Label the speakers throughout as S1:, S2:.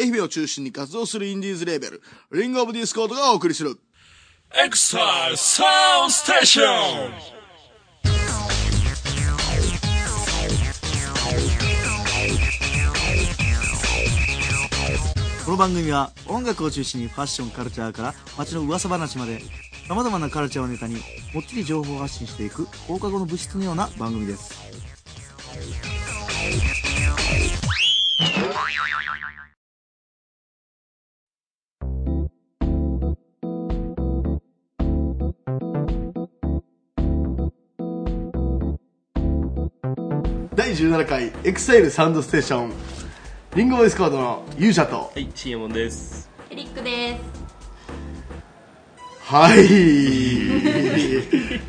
S1: 愛媛を中心に活動するインディーズレーベル、リングオブディスコードがお送りする。
S2: エクササウンステーション
S3: この番組は音楽を中心にファッションカルチャーから街の噂話まで様々なカルチャーをネタにもっちり情報発信していく放課後の物質のような番組です
S1: 第17回、エクサイルサウンドステーション、リングオブディスコードの勇者と、
S4: はい、シエモンです。
S5: エリックです。
S1: はい。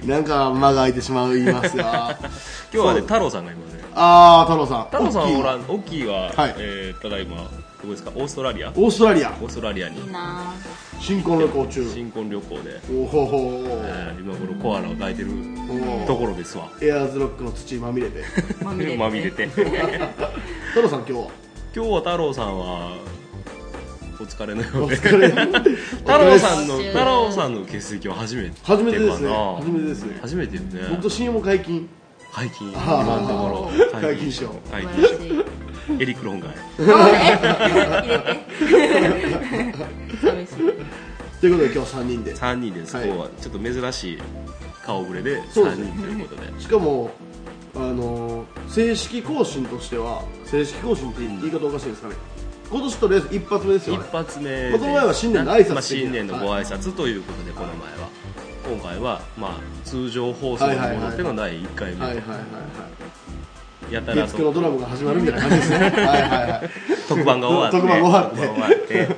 S1: なんか間が空いてしまいますが。
S4: 今日はね、
S1: そう
S4: 太郎さんがいますね。
S1: あー、太郎さん。
S4: 太郎さんはおら
S1: 大きい
S4: ん、オッキーは、
S1: はい
S4: えー、ただいま、どこですか、オーストラリアオ
S1: オーストラリア、
S4: ーストラリアに
S5: いいな
S1: 新婚旅行中。
S4: 新婚旅行で、
S1: おほほ
S4: えー、今頃コアラを抱いてる
S1: ー
S4: ところですわ。
S1: エアーズロックの土まみれて。
S5: ぁ。ま
S4: まみれて。
S1: 太郎さん、今日は。
S4: 今日は太郎さんは、お疲れのよ
S1: お
S4: うで。
S1: 疲れ。
S4: 太郎さんの、
S5: お疲れです
S4: 太郎さんの欠席は初めてかな。
S1: 初めてですね初めてですね
S4: 初めてよね。
S1: 僕と CM 解禁。
S4: 解禁、今
S1: あー
S4: のところ。
S1: 解禁しよ
S4: 解
S5: 素
S4: 禁
S5: 晴ら
S4: しよ
S5: しい。
S4: う。エリック論外。
S5: 入れて。寂しい。
S1: ということで今日3人で。
S4: 3人です、
S1: はい
S4: 今日はちょっと珍しい顔ぶれで
S1: そうで
S4: 3
S1: すね
S4: 人ということで
S1: しかも、あのー正式更新としては、正式更新って言い方おかしいですかね。今年とりあえず一発目ですよ
S4: 一
S1: ね。
S4: 発目で
S1: まあこの前は新年の挨拶的な
S4: まあ新年のご挨拶ということで、この前は今回は、まあ、通常放送に戻っての第1回目、
S1: はいはいはいはい。
S4: やたら
S1: 月9の
S4: と
S1: ドラマが始まるみたいな感じで すね。はいはいはい。
S4: 特番が終わって
S1: 特番が終わって
S4: 特番が終わって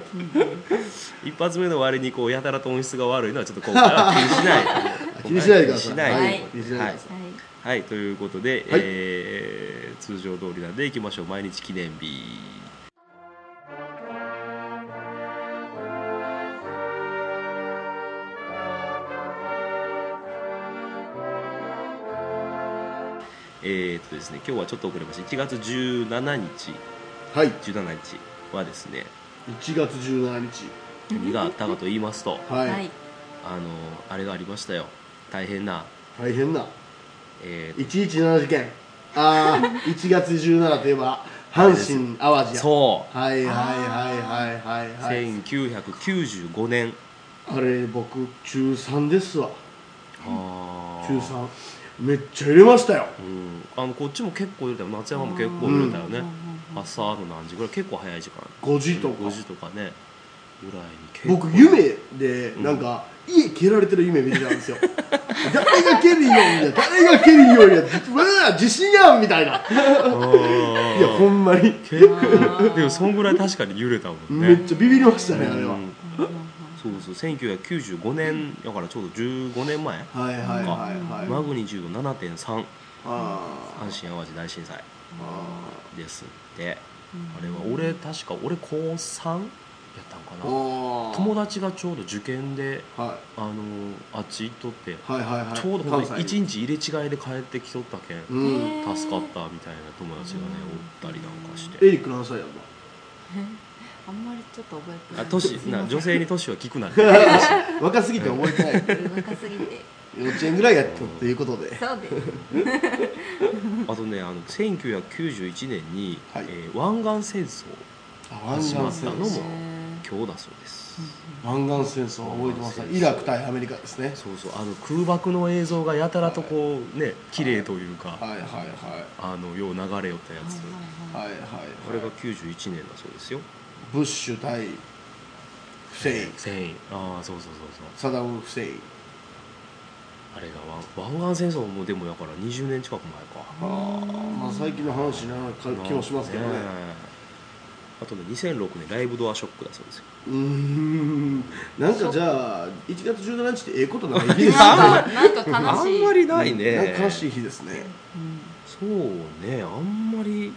S4: 一発目の割にこうやたらと音質が悪いのはちょっと今回は気にしない
S1: 気にしないでください。
S4: 気にしない
S1: は
S5: はい
S1: 気にしないでください。
S5: はい。
S4: はいということで、
S1: はい
S4: えー通常通りなんでいきましょう毎日記念日えーっとですね今日はちょっと遅れました1月17日
S1: はい、
S4: 17日はですね
S1: 1月17日。
S4: 何があったかと言いますと
S1: はい。
S5: はい。
S4: あのあれがありましたよ大変な
S1: 大変な。
S4: えーっ
S1: 117事件。ああ、1月17といえば、阪神・淡路
S4: と
S1: や。
S4: そう
S1: はいはいはいはいはいはい。
S4: 1995年
S1: あれ、僕、中3ですわ。
S4: あ
S1: 中3。めっちゃ入れましたよ。
S4: うん、あのこっちも結構入れたよ松山も結構入れたよね、朝の何時ぐらい結構早い時間
S1: 5時とか。
S4: 5時とかねぐらいに結構
S1: 僕、夢で、なんか、家蹴られてる夢見てたんですよ。 誰が蹴るよみたいな。誰が蹴るよみたいな。うわあ、自信やんみたいな。いや、ほんまに。
S4: 結構でもそんぐらい確かに揺れたもんね
S1: めっちゃビビりましたね、あれは。
S4: うんそうそう1995年だからちょうど15年前、
S1: はいはいはいはい。
S4: マグニチュード7.3
S1: あ
S4: 阪神・淡路大震災ですってあれは俺確か俺高3やったんか
S1: あ。
S4: な
S1: 友
S4: 友達がちょうど受験で
S1: は
S4: あのあっち行っとって、
S1: いはいはいはい。
S4: ちょうどほんと
S1: 関西
S4: 一日入れ違いで帰ってきとったけん、
S1: うん。
S4: 助かったみたいな友達がねおったりなんかして
S1: エリック何歳やんの
S5: あんまりちょっと覚えてない。
S4: あ年な女
S5: 性。
S4: 性に年は聞くなって年
S1: 若すぎて覚えてない。
S5: 若すぎて。
S1: 幼稚園ぐらいやったということで。
S5: そうです。
S4: あとねあの1991年に、
S1: はい
S4: えー湾岸戦争
S1: 湾
S4: 始まったのも
S1: 湾
S4: 今日だそうです、
S1: 岸戦争覚えてますね。イラク対アメリカですね。
S4: そうそうあの空爆の映像がやたらとこうね綺麗というか、
S1: はいはいはい
S4: あのよう流れよったやつ、
S1: はいはい
S4: これが91年だそうですよ
S1: ブッシュ対フセイン、
S4: 繊維ああそうそうそうそう
S1: サダムフセイン。
S4: あれが湾湾岸戦争もでもだから20年近く前か
S1: あーまあ最近の話な気もしますけどね。
S4: あとね2006年ライブドアショックだそうですよ
S1: うーん。なんかじゃあ1月17日ってええことないですね。
S5: なんか、なんか
S4: あ
S5: 悲し
S4: ん
S5: い。
S4: まりない
S1: なん
S4: ね
S1: か悲しい日ですね。
S4: そうねあんまり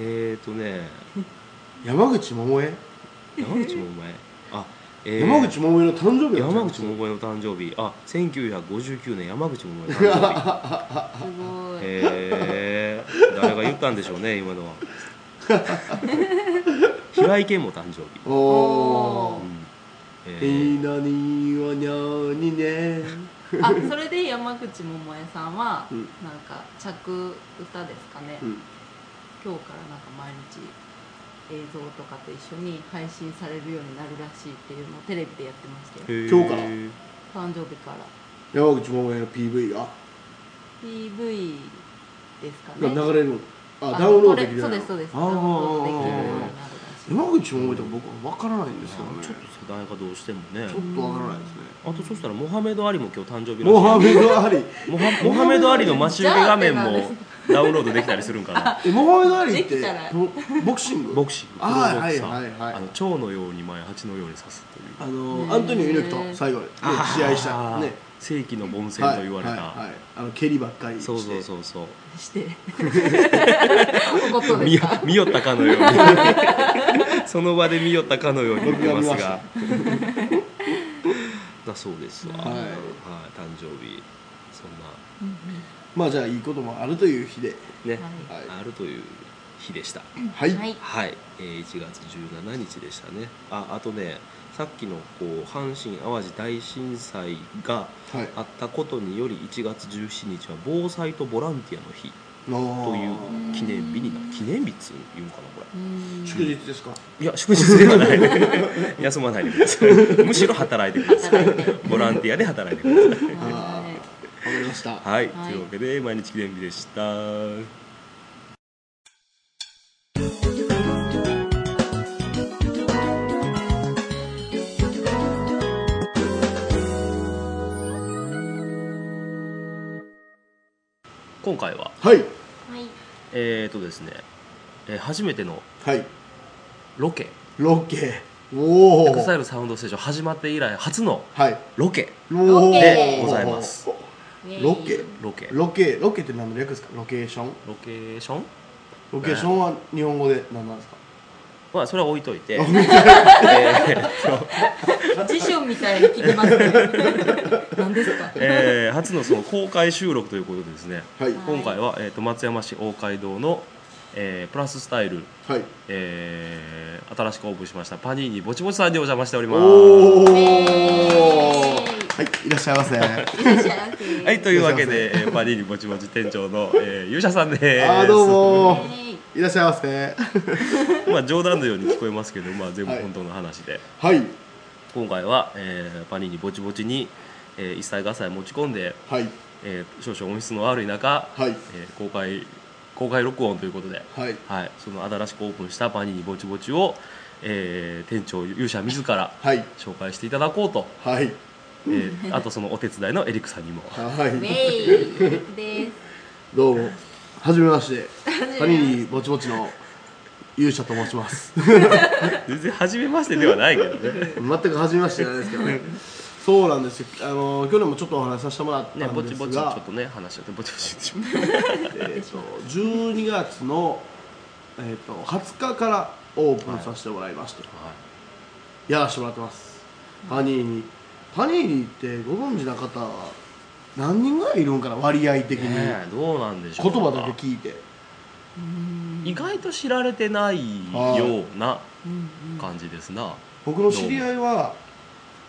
S4: えーと ね
S1: 山口百恵、
S4: 山口百恵あえー
S1: 山口百恵の誕生日だった
S4: 山口百恵の誕生日あ1959年山口百恵の 誕生日
S5: すご い。
S4: へえ誰が言ったんでしょうね今のは平井堅も誕生日、
S1: おおー。
S4: えー
S1: いいのにおにょにね。
S5: あそれで山口百恵さんは、
S1: うん
S5: なんか着歌ですかね、
S1: うん
S5: 今日からなんか毎日映像とかと一緒に配信されるようになるらしいっていうのをテレビでやってましたよ
S4: へー
S1: 今日から
S5: 誕生日から
S1: 山口百恵の PV が
S5: PV ですか
S1: が
S5: ね
S1: 流れるの。あ、
S5: あ
S1: ダウンロード
S5: こ
S1: で
S5: れ
S1: きる
S5: そ
S1: や
S5: う
S1: ろ
S5: ですそうです
S4: あ
S5: ダ
S4: ー
S5: ウンロードできるようになるらしい
S1: 山口百恵とか僕は分からないんですけどね。
S4: ちょっと世代がどうしても
S1: ち
S4: ね
S1: ょっと分からないですね。
S4: あとそしたらモハメド・アリも今日誕生日らしい
S1: モハメド・アリ。
S4: モハモハメド・アリの待ち受け画面
S5: じゃあって
S4: も
S5: なんで
S4: ダウンロードできたりするんか な
S1: え、モハメド・アリっ
S5: で
S1: て
S5: きたら
S1: ボボクシング
S4: ボクシング
S1: あ
S4: プロボ
S1: は
S4: ク
S1: い
S4: サー
S1: はいはい
S4: あの蝶のように前蜂のように刺すという
S1: あのアントニオ猪木と最後で、ね、試合した
S4: あー
S1: ね
S4: 世紀の凡戦
S1: はい
S4: と言われた、
S1: はいはい、あの蹴りばっかりして
S4: そうそうそうそう
S5: して怒っとるん
S4: 見
S5: で
S4: よ
S5: すか
S4: 見よったかのように その場で見よったかのように言ってます
S1: 僕
S4: が
S1: が
S4: だそうですわ、
S1: はい
S4: はい誕生日そん
S1: まあじゃあいいこともあるという日で
S4: なね、
S5: はい
S4: あるという日でした
S1: はい、
S5: はい
S4: はい、えー1月17日でしたねああとねさっきのこう阪神・淡路大震災が
S1: はい
S4: あったことにより1月17日は防災とボランティアの日
S1: の
S4: という記念日になる記念日っつうんかなこれ
S5: うん
S1: 祝日ですか、
S4: いや祝日ではない休まないでく ださいむしろ働いてください
S5: 働いて
S4: ボランティアで働いてください
S1: あ
S5: はい
S1: ーわかりました
S4: はい、
S5: はい
S4: というわけで毎日記念日でした今回は
S1: はい
S5: はい
S4: えっ、ー、とですね、えー初めての
S1: はい
S4: ロケ
S1: ロケお
S4: エ
S1: お
S4: クサイルサウンドステーション始まって以来初の
S1: はい
S4: ロケ
S1: ロ
S5: ケで
S4: ございます
S1: ロケ
S5: イエーイ
S4: ロケロ
S1: ロケロケって何の略ですかロケーション
S4: ケーション
S1: ロケーションは日本語で何なんですか
S4: まあそれは置いといて、え
S1: 置
S4: ーと
S5: 辞書みたいに聞きますね何ですか
S4: えー初のその公開収録ということでですね
S1: はい
S5: は
S4: 今回は、えー、と松山市大街道の、えープラススタイル、
S1: はい
S4: えー新しくオープンしましたパニーニぼちぼちさんにお邪魔しており
S1: お
S4: ま
S1: お
S4: す。
S1: はいいらっしゃいませあ
S5: いらっしゃいませ
S4: はいというわけで、えーパニーニぼちぼち店長の、えー、勇者さんです。
S1: ーどうもー
S5: イエーイ
S1: いらっしゃいませ
S4: まあ冗談のように聞こえますけど、まあ全部
S1: はい
S4: 本当の話で、
S1: はい
S4: 今回は、えーパニーニぼちぼちに、えー一切合切持ち込んで、
S1: はい
S4: えー少々音質の悪い中、
S1: はい
S4: えー公開公開録音ということで。
S1: はい
S4: はい、その新しくオープンしたパニーニぼちぼちを、えー店長勇者自ら
S1: はい
S4: 紹介していただこうと、
S1: はい
S4: えーあとそのお手伝いのエリックさんにも
S5: ウェ
S1: はい
S5: イエリックです
S1: どうもはじめまして
S5: め
S1: パニーニぼちぼちの勇者と申します
S4: 全然初めましてではないけどね
S1: 全くはじめましてじゃないですけ どねそうなんですよあの去年もちょっとお話しさせてもらったんで
S4: ね
S1: すが
S4: ぼちぼちちょっとね話し合ってぼちぼちでしょ
S1: えーと12月の、えー、と20日からオープンさせてもらいまして、やらせてもらってますパニーニパニーニってご存知な方は何人ぐらいいるんかな割合的に、
S4: ねえどうなんでしょ
S1: 言
S4: う
S1: 葉だけ聞いて
S4: 意外と知られてないような感じですな、
S1: 僕の知り合いは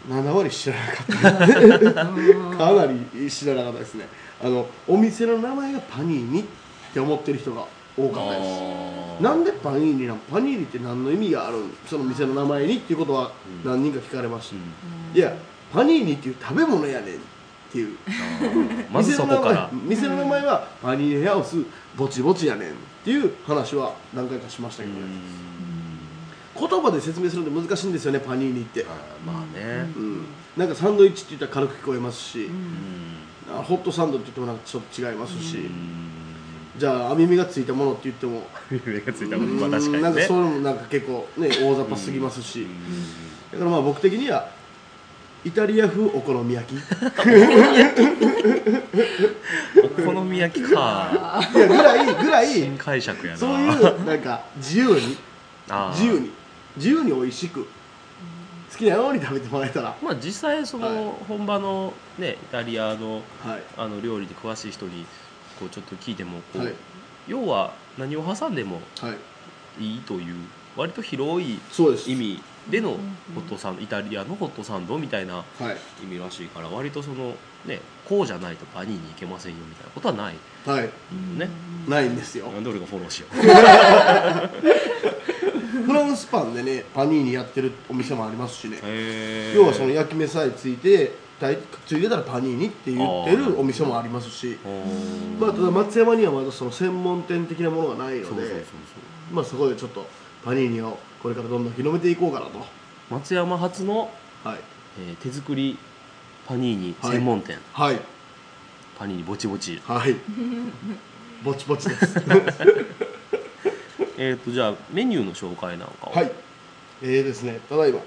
S1: 7割知らなかったかなり知らなかったですねあのお店の名前がパニーニって思ってる人が多かったです
S4: あー
S1: なんでパニーニなのパニーニって何の意味があるんその店の名前にっていうことは何人か聞かれました、いやパニーニっていう食べ物やねんっていう
S4: あーまずそこから
S1: 店の名前店の名前はパニーニハウスぼちぼちやねんっていう話は何回かしましたけどね、言葉で説明するのって難しいんですよねパニーニって、
S4: あーまあね、
S1: うん、なんかサンドイッチって言ったら軽く聞こえますし、
S4: うん
S1: あホットサンドって言ってもなんかちょっと違いますし、
S4: うん
S1: じゃあ網目がついたものって言って も
S4: 目がついたものは確かにね
S1: なんかそういうのもなんか結構ね大雑把すぎますし、だからまあ僕的にはイタリア風お好み 焼きい
S4: お好み焼きか
S1: やぐらいぐらい
S4: 新解釈やな
S1: そういうなんか自由に
S4: あー
S1: 自由に自由に美味しく好きなように食べてもらえたら
S4: まあ実際その本場のねイタリアの
S1: はい
S4: あの料理に詳しい人にこうちょっと聞いてもこ
S1: は
S4: う、
S1: い
S4: 要は何を挟んでも
S1: はい
S4: いいという割と広い
S1: そうです
S4: 意味でのホットサンドイタリアのホットサンドみたいな
S1: はい
S4: 意味らしいから割とそのねこうじゃないとパニーに行けませんよみたいなことはない
S1: はい
S4: ね
S1: ないんですよ
S4: なんで俺がフォローしよう
S1: フランスパンでねパニーニやってるお店もありますしね
S4: へー
S1: 要はその焼き目さえついてたいついてたらパニーニって言って
S4: あー
S1: るお店もありますし
S4: おー
S1: まあただ松山にはまだその専門店的なものがないので
S4: そうそうそうそう
S1: まあそこでちょっとパニーニをこれからどんどん広めていこうかなと
S4: 松山発の、
S1: はい
S4: えー手作りパニーニ専門店、
S1: はい
S4: パニーニぼちぼち
S1: はい ぼちぼちです
S4: えっ、とじゃあメニューの紹介なんかを
S1: はいえーですねただいま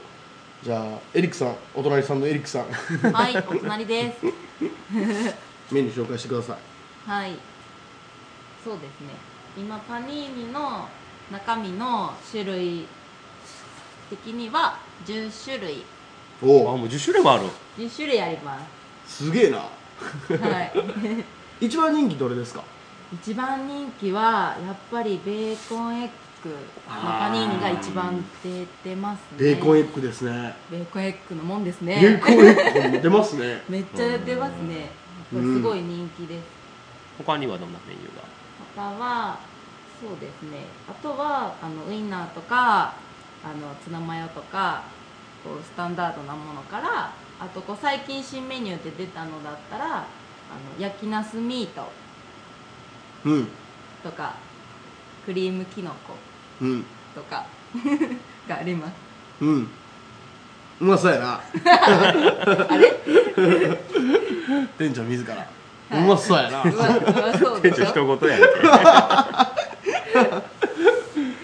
S1: じゃあエリックさんお隣さんのエリックさん
S5: はい、お隣です。
S1: メニュー紹介してください
S5: はい。そうですね。今パニーニの中身の種類的には10種類、
S4: あ
S1: おお
S4: もう10種類もある
S5: 10種類あります
S1: げえな
S5: す。はい。
S1: 一番人気どれですか
S5: 一番人気はやっぱりベーコンエッグのパニーニが一番出てますね。
S1: ベーコンエ
S5: エッ
S1: ッグですね
S5: グ。ベーコンエッグのもんですね。
S1: ベーコンエッグこれも出ます ね
S5: めっちゃ出ますね。これすごい人気です。
S4: 他にはどんなメニューが
S5: 他はそうですねあとはあのウインナーとかあのツナマヨとかこうスタンダードなものからあとこう最近新メニューで出たのだったらあの焼きナスミート
S1: うん
S5: とかクリームキノコ
S1: うん
S5: とか があります
S1: うんうまそうやな 店長自らうまそうやな
S5: うわうわそうでしょ
S4: 一 言やんけ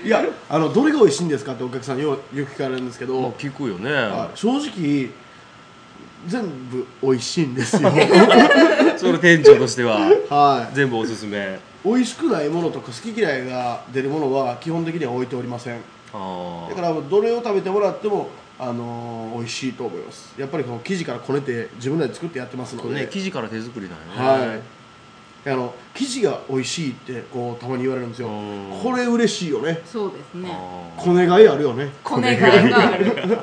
S1: いやあのどれが美味しいんですかってお客さんようよく聞かれるんですけど、
S4: 聞くよね、
S1: あ正直全部美味しいん ですよ
S4: それ店長としては
S1: はい
S4: 全部おすすめ
S1: 美味しくないものとか好き嫌いが出るものは基本的には置いておりません
S4: あ
S1: だか
S4: あ
S1: らどれを食べてもらってもあのー美味しいと思いますやっぱりこの生地からこねて自分らで作ってやってますの
S4: こ
S1: で、
S4: れね生地から手作りなんよね
S1: はいあの生地が美味しいってこうたまに言われるんですよ
S4: うん
S1: これ嬉しいよね
S5: そうですね
S4: あ
S1: こねがいあるよね
S5: こねがいがある、はい、
S4: ー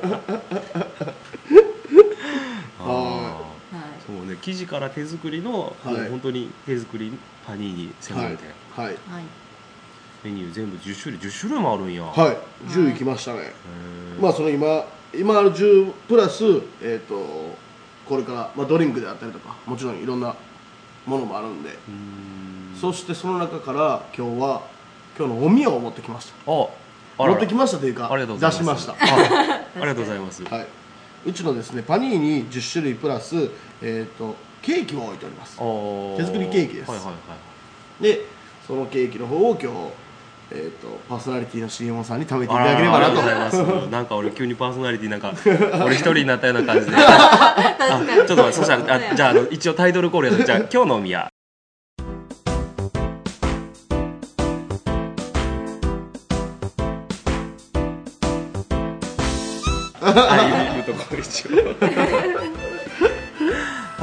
S4: あーそうね生地から手作りの、
S1: はい
S4: もう本当に手作りパニーニ専門店、
S1: はいはい、
S5: はい、
S4: メニュー全部10種類10種類もあるんや、
S1: はい、10いきましたね、まあその今今ある10プラスえっ、とこれから、まあ、ドリンクであったりとかもちろんいろんなものもあるんでそしてその中から今日は今日のおみやを持ってきました
S4: ああら
S1: 持ってきましたというか
S4: ありがとうございます
S1: 出しました
S4: あありがとうございます、
S1: はいうちのですねパニーニ10種類プラス、えー、とケーキも置いております
S4: あー
S1: 手作りケーキです
S4: はいはいはい
S1: でそのケーキの方を今日、えー、とパーソナリティの CM さんに食べていただければ
S4: あら
S1: なと
S4: ありがとうございますなんか俺急にパーソナリティなんか俺一人になったような 感じで
S5: 確かに
S4: ちょっと待ってそしたらあじゃああの一応タイトルコールや るじゃあ今日のおみやはいいうとこ一応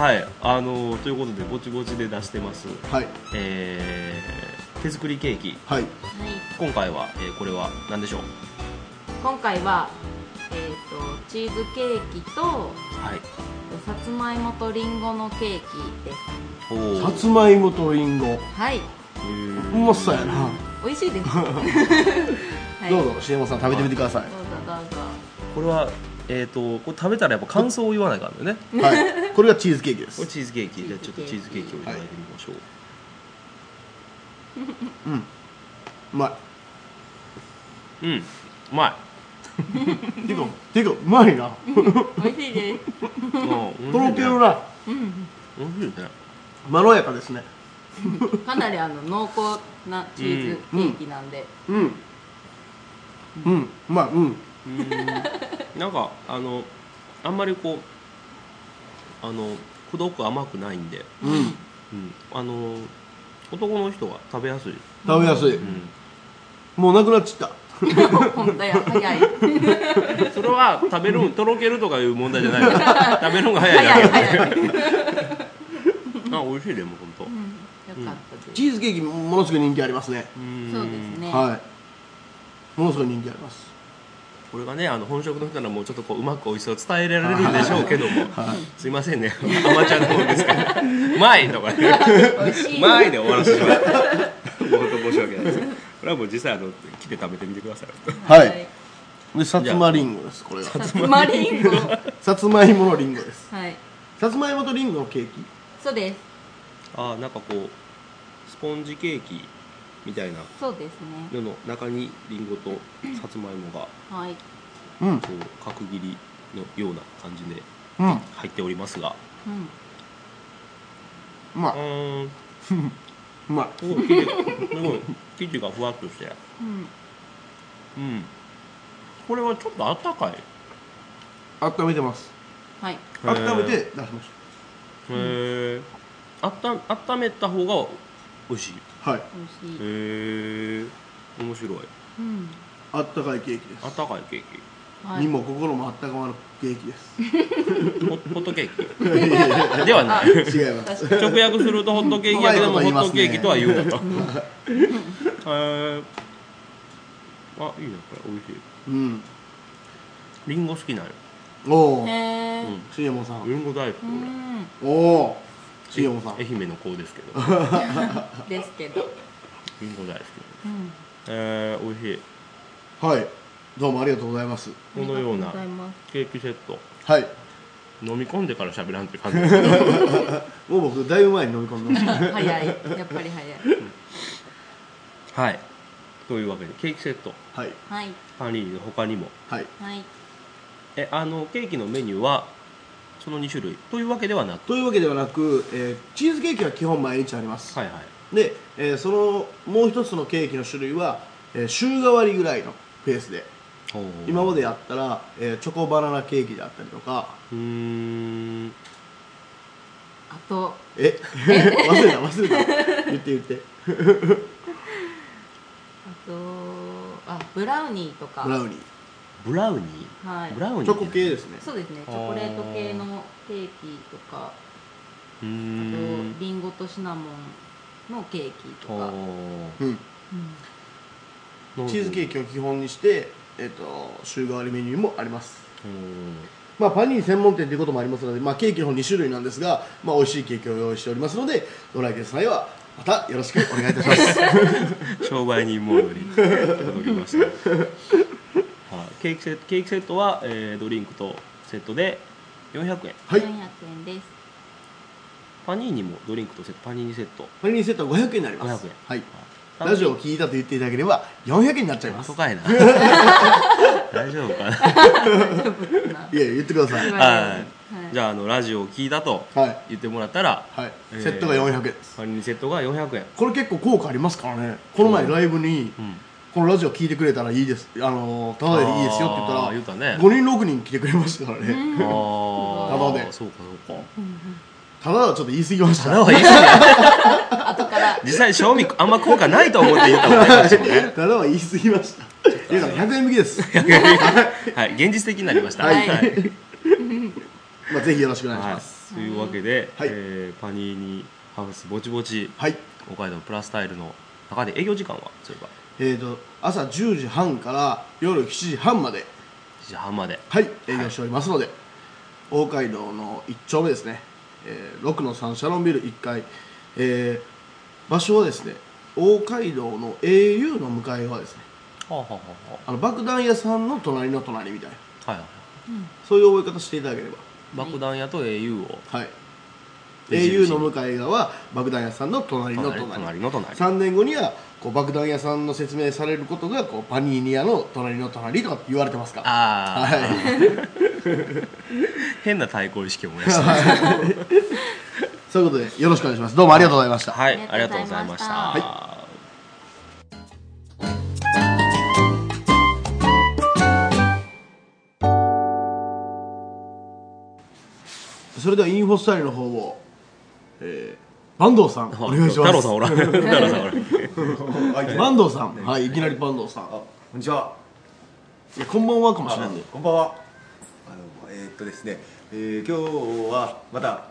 S4: はいあのということでぼちぼちで出してます
S1: はい
S4: えー手作りケーキ
S1: はい
S5: はい
S4: 今回は、えーこれは何でしょう
S5: 今回は、えー、とチーズケーキと
S4: はい
S5: さつまいもとりんごのケーキです
S4: おー
S1: さつまいもとりんご
S5: はいう
S1: まそうやな、
S5: 美味しい です、はい、
S1: どう
S5: どうぞ
S1: ぞ CM さん食べてみてください、
S5: どうぞ
S4: これはえっ、とこれ食べたらやっぱ感想を言わないからだよね
S1: はい、これがチーズケーキで
S4: これ
S1: す
S4: チーズケーキじゃあち
S5: チ
S4: ょ
S5: ー
S4: っと
S5: ズケーキ
S4: チーズケーキをいただいてみましょう、
S1: うま
S4: うんうま
S1: いてかてかうまいな
S5: 美味しいです
S4: いう ん
S1: とろけるな
S4: 美味しいね
S1: まろやかですね
S5: かなりあの濃厚なチーズケーキなんで、
S1: うんうんうまいうん
S4: なんかあのあんまりこうあのくどく甘くないんで、
S1: うん
S4: うん、あの男の人が食べやすい、
S1: 食べやすい、
S4: う
S1: もうなくなっちゃっ
S5: 本当や早い
S4: ん、それは食べるとろけるとかいう問題じゃないよ食べるのが早い
S5: 早い
S4: だけ
S5: 早い、うん、よ
S4: あ美味しいでもう本当、
S5: かっ
S1: た
S5: たです、
S1: チーズケーキものすごい人気ありますね、
S4: うん
S5: そうですね、
S1: はものすごい人気あります
S4: これがねあの本職の人ならもうちょっとこううまく美味しさを伝えられるんでしょうけども、すいませんねアマチュアのもんですから「うまい!」とかね
S5: 美味し
S4: 「
S5: い。
S4: うまい!」で終わらせてしまった本当申し訳ないですこれはもう実際あの来て食べてみてください
S1: はい。でさつまりんごですこれが
S5: さつまりんご。
S1: さつまいものりんごです
S5: はい。
S1: さつまいもとりんごのケーキ
S5: そうです。
S4: あーなんかこうスポンジケーキみたいな
S5: そうですね。
S4: のの中にりんごとさつまいもが
S5: はい。
S1: うん
S4: こう角切りのような感じで
S1: うんう
S4: 入っておりますが
S5: うん。
S1: ま
S4: う
S1: い
S4: ーん
S1: うまい
S4: すごい生地すごい生地がふわっとして
S5: うん。
S4: うんこれはちょっとあったかい
S1: 温めてます
S5: はい。
S4: へー
S1: 温めて出しまし
S4: へえあった温めた方が美味しい
S1: たはい
S5: 美味しい。
S4: へえ面白い
S5: うん。
S1: あったかいケーキです
S4: あったかいケー
S5: はい。
S1: 身も心もあったかまるケーキ です
S4: キホホットケーキ
S1: いやいやいや
S4: ではない
S1: 違います
S5: 確かに。
S4: 直訳するとホットケーキやけども
S1: うま
S4: ホ
S1: いこと言います
S4: ッ
S1: ね
S4: トケーキとは言う なとへえあいいなこれ美味しい
S1: うん
S4: リンゴ好きなんよ
S1: おお
S5: へえ。
S1: しげもさん
S4: リンゴ大好き
S5: う
S4: 俺
S5: ん。
S1: おおしげもさん
S4: 愛媛の子ですけど
S5: ですけど。
S4: リンゴ大好き
S5: うん。
S4: えー、美味しい
S1: はいどうもありがとうございます
S4: このような
S5: ありがとございます。
S4: ケーキセット
S1: はい
S4: 飲み込んでから喋らんって感じですけど
S1: もう僕だいぶ前に飲み込ん だ
S5: 早い。やっぱり早い。
S4: はいというわけでケーキセット
S1: はい
S5: はい。
S4: パニーニの他にも
S1: はい
S5: はい。
S4: えあのケーキのメニューはその2種類というわけではなく
S1: というわけではなく、えーチーズケーキは基本毎日あります、
S4: はいはい
S1: で、えーそのもう一つのケーキの種類は、えー週替わりぐらいのペースで今までやったら、えーチョコバナナケーキであったりとか
S4: うーん
S5: あと。
S1: え 忘れた忘れた言って言って
S5: あと。あ、ブラウニーとか。
S1: ブラ ウニー
S4: ブラウニー、
S5: はい
S4: ブラウニー
S1: チョコ系ですね
S5: そうですね。チョコレート系のケーキとか。
S4: うー
S5: あと
S4: ん
S5: リンゴとシナモンのケーキとか、
S1: うん
S5: うん
S1: チーズケー
S4: キ
S1: キを基本にして、えっと週替わりメニューもありますまあ、パニーニ専門店ということもありますので、まあ、ケーキの方2種類なんですが、まあ、美味しいケーキを用意しておりますのでご来店さんにはまたよろしくお願いいたします
S4: 商売人モードに届きま したはいケーキセットケーキセットは、えードリンクとセットで400円
S1: はい
S5: 400円です
S4: パニーニもドリンクとセットパニーニセット
S1: パニーニセットは500円になります
S4: 500円
S1: はい、ラジオを聞いたと言っていただければ400円になっちゃいま
S4: あ
S1: す
S4: そかいな大丈夫かな、
S1: いや言ってくださいは
S4: はい、じ
S5: ゃ
S4: ゃああのラジオを聞いたと
S1: い、
S4: 言ってもらったら
S1: はい
S4: えー
S1: セットが400円です
S4: パニーニセットが400円
S1: これ結構効果ありますからねこの前ライブに、
S4: ん
S1: このラジオ聞いてくれたらいいですあのただでいいですよって言ったら
S4: あー言うたね
S1: 5人6人来てくれましたからね、
S4: ああ
S1: タダで
S4: そうかそうか
S1: ただはちょっと言い過ぎました
S4: タダはいいっすね
S5: あ後から
S4: 実際賞味あんま効果ないと思って言ったもんね私もね
S1: ただは言い過ぎました皆さん100円引きです
S4: はい、現実的になりました。
S1: はい
S4: はい、
S1: まあ、ぜひよろしくお願いし
S4: は
S1: ま
S4: い
S1: す。
S4: というわけで、
S1: はい
S4: えーパニーニハウスぼちぼち
S1: はい、
S4: 北海道プラスタイルの中で営業時間はそういえば
S1: えっ、ー、と、朝10時半から夜7時半まで、
S4: 7時半まで。
S1: はい、営業しておりますので。大街道の1丁目ですね、えー、6の3シャロンビル1階、えー場所はですね、大街道の au の向かいはですね、
S4: はあ、はあは
S1: あの爆弾屋さんの隣の隣みたいな、
S4: あ、はいはい。
S1: そういう覚え方していただければ。
S4: 爆弾屋と au を
S1: はい。
S4: 目印に
S1: au の向かい側、爆弾屋さんの隣の
S4: 隣
S1: 隣。
S4: 隣の隣。
S1: 3年後にはこう爆弾屋さんの説明されることがこうパニーニ屋の隣の隣とかって言われてますから
S4: あ あ、
S1: はい、
S4: 変な対抗意識を燃やした。
S1: そういうことでよろしくお願いしますどうもありがとうございました、
S4: はい、あ
S5: あ
S4: りがと
S5: りがと
S4: う
S5: う
S4: ご
S5: ご
S4: ざ
S5: ざ
S4: い
S5: い
S4: ま
S5: ま
S4: し。
S5: したた
S1: それではインフォスタイルの方を、えー、坂東さんお願いします
S4: 太郎さんおらん。太郎さんおらん。
S1: はい坂東さんはいいきなり坂東さん
S6: あこんにちは。
S1: いやこんばんはかもしれないんで
S6: こんばんは。あのえーっとですね、えー今日はまた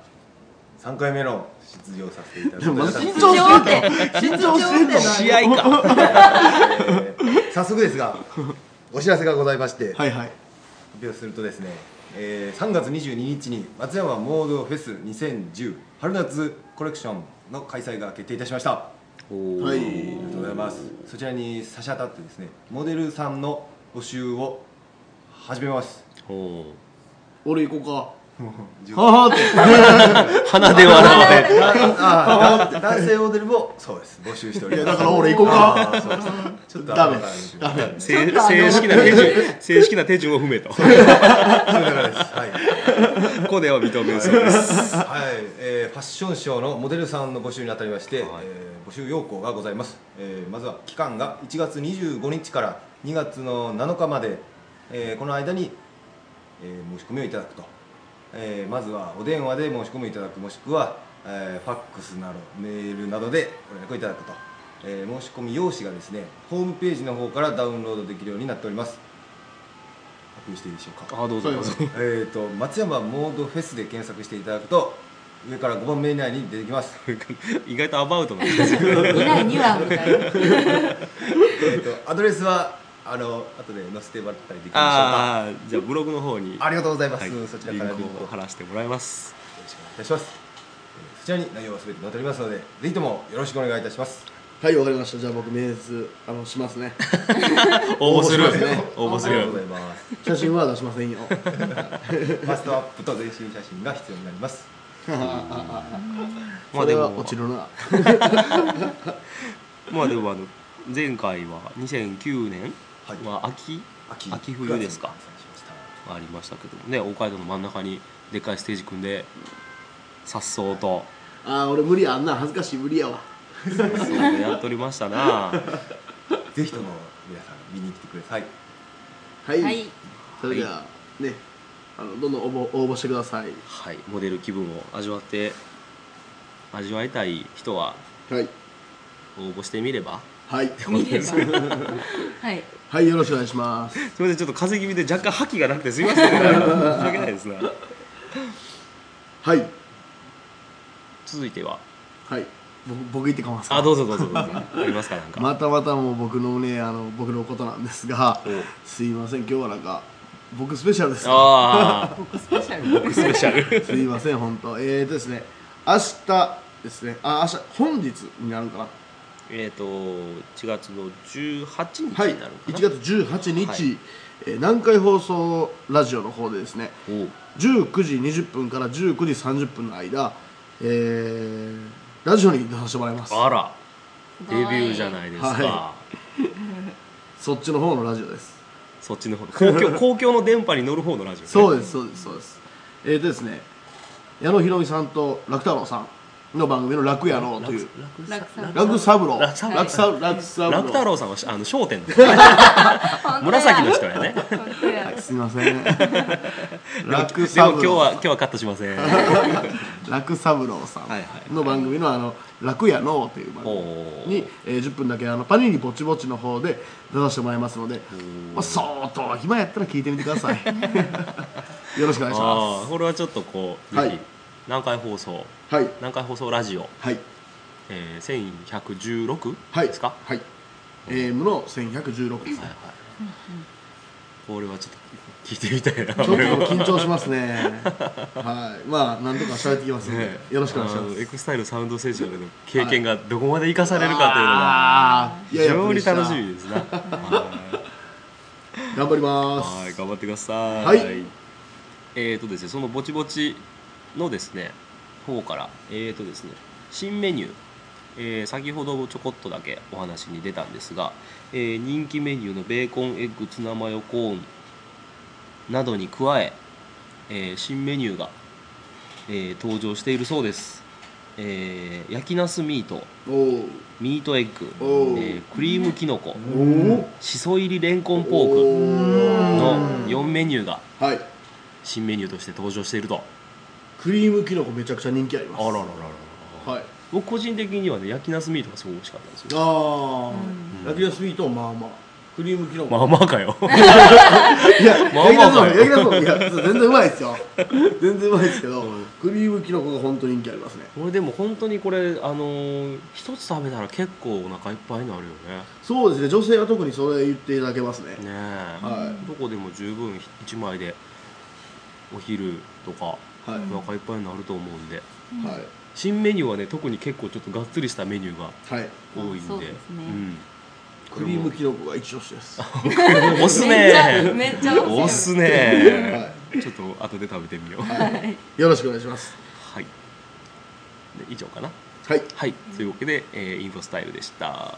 S6: 3回目の出場させていただ
S1: でもま
S6: き
S1: だ
S6: た
S1: 緊
S6: い
S1: 張してんの緊
S5: 緊
S1: 張
S5: 張
S1: してんの
S5: してんの
S4: 試合か
S6: えー早速ですがお知らせがございまして、
S1: はいはい
S6: 発表するとですね、えー3月22日に松山モードフェス2010春夏コレクションの開催が決定いたしました
S1: は
S6: あり
S1: い
S6: がとうございますそちらに差し当たってですねモデルさんの募集を始めます
S4: おー
S1: 俺行こう
S6: 10
S1: かははって
S4: 鼻で笑われる
S6: ああ男性モデルもそうです募集しておりま
S1: い
S6: す
S1: やだから俺行こうか
S6: あーそうですちょっと
S1: ダメ
S6: ダメです
S4: 正正式な手順正式な手順を踏め と
S6: はい
S4: コネは認めるそうです
S6: はい、えーファッションショーのモデルさんの募集にあたりまして、
S4: はい
S6: えー募集要項がございます、えーまずは期間が1月25日から2月の7日まで、えーこの間に、えー申し込みをいただくと、えーまずはお電話で申し込みいただくもしくは、えーファックスなどメールなどでご連絡いただくと、えー申し込み用紙がですねホームページの方からダウンロードできるようになっております確認していいでしょうか
S4: あどうぞどうぞ
S6: えー、と松山モードフェスで検索していただくと上から5番目以内に出てきます、
S4: 意外とアバウトなんですね
S5: いないにはみたいな
S6: えー、とアドレスはあの後で載せてもらったりできましょうか
S4: ああじゃあブログの方に
S6: ありがとうございます、
S4: はい
S6: そちらからリン
S4: リ
S6: クを
S4: ンクを
S6: よ
S4: 貼らせてもらいます
S6: ろしくお願いいたしますえーそちらに内容は全て載っておりますのでぜひともよろしくお願いいたします
S1: はいわかりましたじゃあ僕面接あのしますね
S4: 応募する
S1: 応募しますね
S4: 応募す
S6: ありがとうご
S4: る
S6: ざいます
S1: 写真は出しませんよ
S6: ファーストアップと全身写真が必要になります
S4: まあ
S1: そ
S4: で
S1: れ
S4: も
S1: は落ちるな
S4: まあでもあの前回は2009年
S6: はい
S4: は秋
S6: 秋
S4: 秋冬ですか
S6: 9月に開催しました
S4: ありましたけどもね北海道の真ん中にでっかいステージ組んで颯爽と
S1: あー俺無理やあんな恥ずかしい無理やわ
S4: 颯爽とやっておりましたな
S6: ぜひとも皆さん見に来てください
S1: はい、
S5: はい
S1: それでは、ねあのどんどん応募応募してください
S4: はいモデル気分を味わって味わいたい人は
S1: はい
S4: 応募してみれば
S1: はい
S5: 見 ればはい
S1: はいよろしくお願いします
S4: すみませんちょっと風邪気味で若干覇気がなくてすみません申し訳ないですな
S1: はい
S4: 続いては
S1: はい僕僕言ってかますか
S4: あどうぞどうぞどうぞありますかなんか、
S1: またまたもう僕のねあの僕のことなんですがすいません今日はなんか僕スペシャルです
S4: ああ
S5: スペシャル
S4: スペシャル
S1: すいません本当えーとですね明日ですねあ明日本日になるかな
S4: えっと1月の18日
S1: はい
S4: になるの
S1: 1
S4: かな、
S1: 月18日、
S4: はい
S1: えー南海放送ラジオの方でですね
S4: おう
S1: 19時20分から19時30分の間、えーラジオに出させてもらいます
S4: あらデビューじゃ
S5: い
S4: ないですか、
S1: はそっちの方のラジオです
S4: そっちの方の 公共公共の電波に乗る方のラジオね、
S1: そうですそうですそうですえーとですね矢野ひろみさんと楽太郎さんの番組の「楽やろう」という
S5: 楽さん
S1: 楽三郎楽
S4: 楽
S1: 三
S4: 三
S1: 郎楽
S4: 郎
S1: 三楽三
S4: 楽太
S1: 郎
S4: 郎さんはあの商店 の紫の人やね
S5: 本当や
S1: すみませ ん楽
S4: でも
S1: 三
S4: 今日は
S1: 郎
S4: 今日はカットしま せん
S1: 楽三郎さ
S4: はいはい
S1: んの番組の「あの楽やのう」という番
S4: お
S1: 組
S4: ー
S1: に、えー10分だけあのパニーニぼちぼちの方で出させてもらいますので、まあ、相当暇やったら聞いてみてくだ さいよろしくお願いし
S4: あ
S1: ま
S4: あこれはちょっとこう、
S1: はい
S4: ぜひ南海放送
S1: すはい
S4: 南海放送ラジオ、
S1: はい
S4: えー、1116
S1: はい
S4: ですか、
S1: はい、AM の1116ですね
S4: これはちょっと聞いてみたいな
S1: ちょっと緊張しますねはいまあ何とか喋ってきますので、
S4: ね
S1: よろしくお願いしま
S4: あの
S1: す
S4: エクスタイルサウンドステージまでの経験がどこまで生かされるか
S1: あー
S4: と
S1: い
S4: い
S1: や
S4: う
S1: いや
S4: のが非常に楽し
S1: プレッ
S4: みですな
S1: シャー頑張ります
S4: はい、頑張ってください。
S1: はい
S4: えーとですね、そのぼちぼちのですね、方から、えーとですね、新メニュー、えー先ほどちょこっとだけお話に出たんですが、えー人気メニューのベーコンエッグツナマヨコーンなどに加え、えー新メニューが、えー登場しているそうです。えー焼きナスミート、
S1: おー
S4: ミートエッグ、
S1: おう
S4: えークリームきのこ、
S1: おー
S4: しそ入りレンコンポーク。の4メニューが
S1: はい
S4: 新メニューとして登場していると
S1: クリームきのこめちゃくちゃ人気あります
S4: ら
S1: はい
S4: 僕個人的にはね焼きナスミートがすごい美味しかったんですよ
S1: ああ、ラティアスイートまあまあ
S6: クリームキノコ
S4: まあまあか よ
S1: いや、
S4: まあ
S1: 焼き出そう
S4: まあ
S1: 焼き出そういや全然うまいですよ全然うまいですけど、クリームキノコが本当に人気ありますね
S4: これでも本当にこれあのー一つ食べたら結構お腹いっぱいになるよね
S1: そうですね女性は特にそれ言っていただけますね
S4: ねえ、
S1: は
S4: どこでも十分一枚でお昼とか
S1: はい、
S4: お腹いっぱいになると思うんで
S1: はい
S4: 新メニューはね特に結構ちょっとがっつりしたメニューが
S1: はい
S4: 多いんで
S5: そうですね
S4: ん
S1: クリームキノコが一押しです、は
S4: 押す
S5: めっちゃ
S4: ね
S5: めっちゃ
S4: 押
S5: お
S4: す
S5: す
S4: ね ちょっと後で食べてみようはい、
S1: い、よろしくお願いします
S4: で以上かな
S1: はい
S4: はいというわけで、えーインフォスタイルでした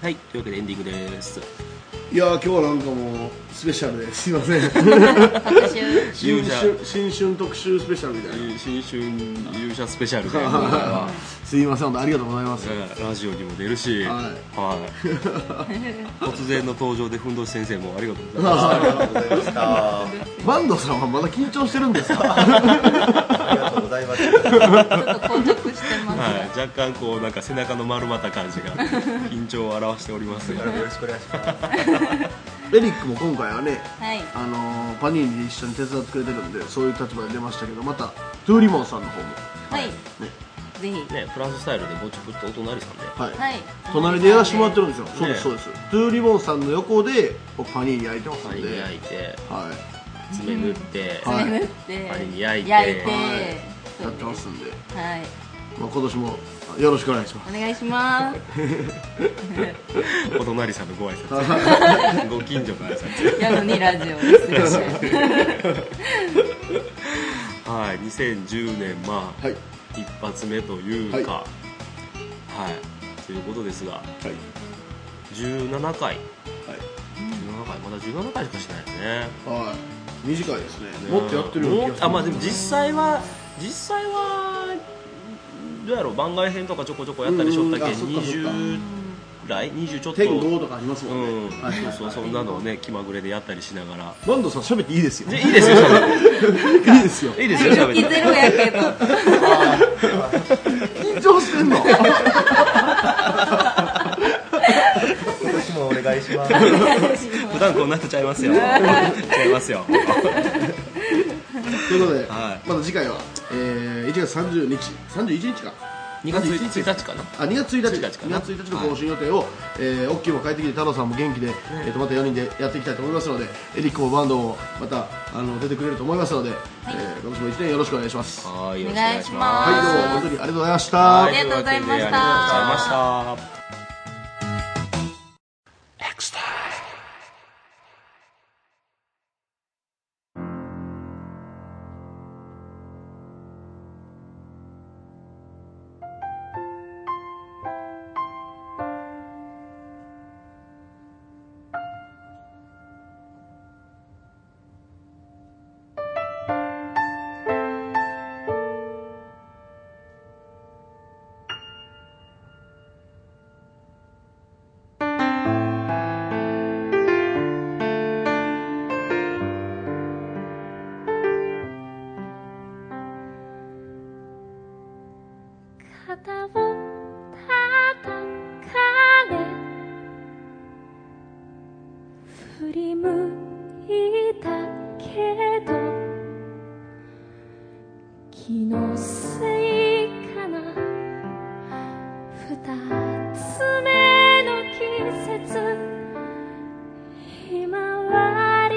S4: はいというわけでエンディングです
S1: いやー今日はなんかもうスペシャルですいません
S5: 特集
S1: 新
S4: 勇者
S1: 春新春特集スペシャルみたいな
S4: 新春勇者スペシャルで
S1: すいません本当ありがとうございます、
S4: ラジオにも出るし、
S1: は
S4: はい、 突然の登場でふんどし先生もありがとうございます
S1: あ
S6: ありがとうございましたあ
S1: ーバンドさんはまだ緊張してるんですか
S6: りがとうございました
S5: ちょっと硬
S4: は
S5: 直してますが、
S4: い、若干こうなんか背中の丸まった感じ が緊張を表しておりますが、
S6: よろしくお願いします
S1: エリックも今回はね
S5: はい
S1: あのーパニーニ一緒に手伝ってくれてるんでそういう立場で出ましたけどまたトゥーリモンさんの方も
S5: はい、ぜひ
S4: ね、フランススタイルでぼちぼちとお隣さんで、
S1: はい、
S5: はい
S1: 隣でやらせてもらってるんですよ、そう
S4: ね
S1: ですそうですトゥーリボンさんの横で僕パニーニ焼いてます
S4: パ
S1: ん
S4: リ
S1: で
S4: に焼いて
S1: はい
S4: 爪塗って、
S1: はい
S5: 詰め塗って
S4: パリに焼いて
S5: 焼いて、
S1: はい
S5: そ
S1: や
S5: う
S1: ってますんで、
S5: すはい
S1: まあ、今年もよろしくお願いします
S5: お願いします
S4: お隣さんのご挨拶ご近所の挨拶
S5: やのにラジオですよ
S4: はい2010年まあ、
S1: はい
S4: 一発目というかはい、ということですが
S1: はい
S4: 17回17回まだ17回しかしてないですね
S1: はい、はい、短いですねもっとやってるような気がする
S4: あまあでも実際は実際はどうやろう番外編とかちょこちょこやったりしょったけ
S1: うんうんあそっかそっか
S4: 20来20ちょっと
S1: 天道とかありますも
S4: うん
S1: ね、
S4: ん
S1: はいはい
S4: そうそうそんなのをね気まぐれでやったりしながら
S1: バンドさん喋っていいですよ
S4: でいいですよ喋
S1: いいですよ
S4: っていいですよ喋っ
S5: 気ゼ
S4: て
S5: ロやけどは
S1: 緊張してんの
S6: 今年もお願いします
S4: 普段こんな人ちゃいますよ ちゃいますよ
S1: ということで、
S4: は
S1: また次回は、えー、1月30日31日か
S4: 2月1日かな
S1: あ2月1日
S4: 1日か
S1: 2
S4: な
S1: 月1日の更新予定を、えー、オッキーも帰ってきて太郎さんも元気で、えー、とまた4人でやっていきたいと思いますのでエリックもバンドもまたあの出てくれると思いますので、えー今年も1年よろしくお願いしますは
S4: はいよろしくお
S5: お
S4: 願
S5: 願
S4: い
S5: い
S4: し
S5: し
S4: ま
S5: ますす
S1: いどうも本当にありがとうございました、
S4: は
S5: ありがとうございました
S4: とうわけでありがとうございました
S7: 肩を叩かれ振り向いたけど気のせいかな二つ目の季節ひまわり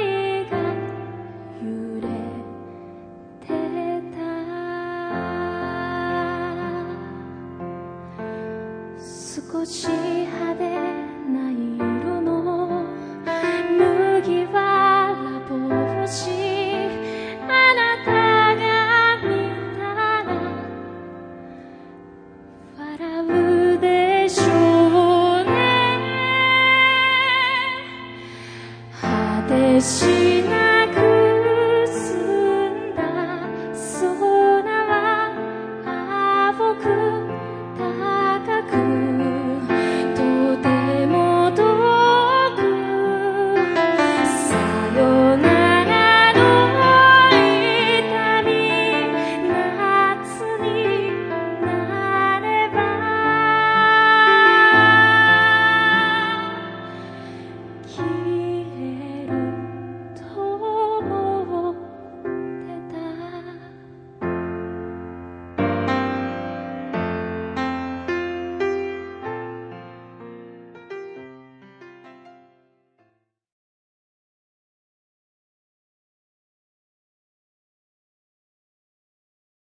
S7: が揺れ「た少し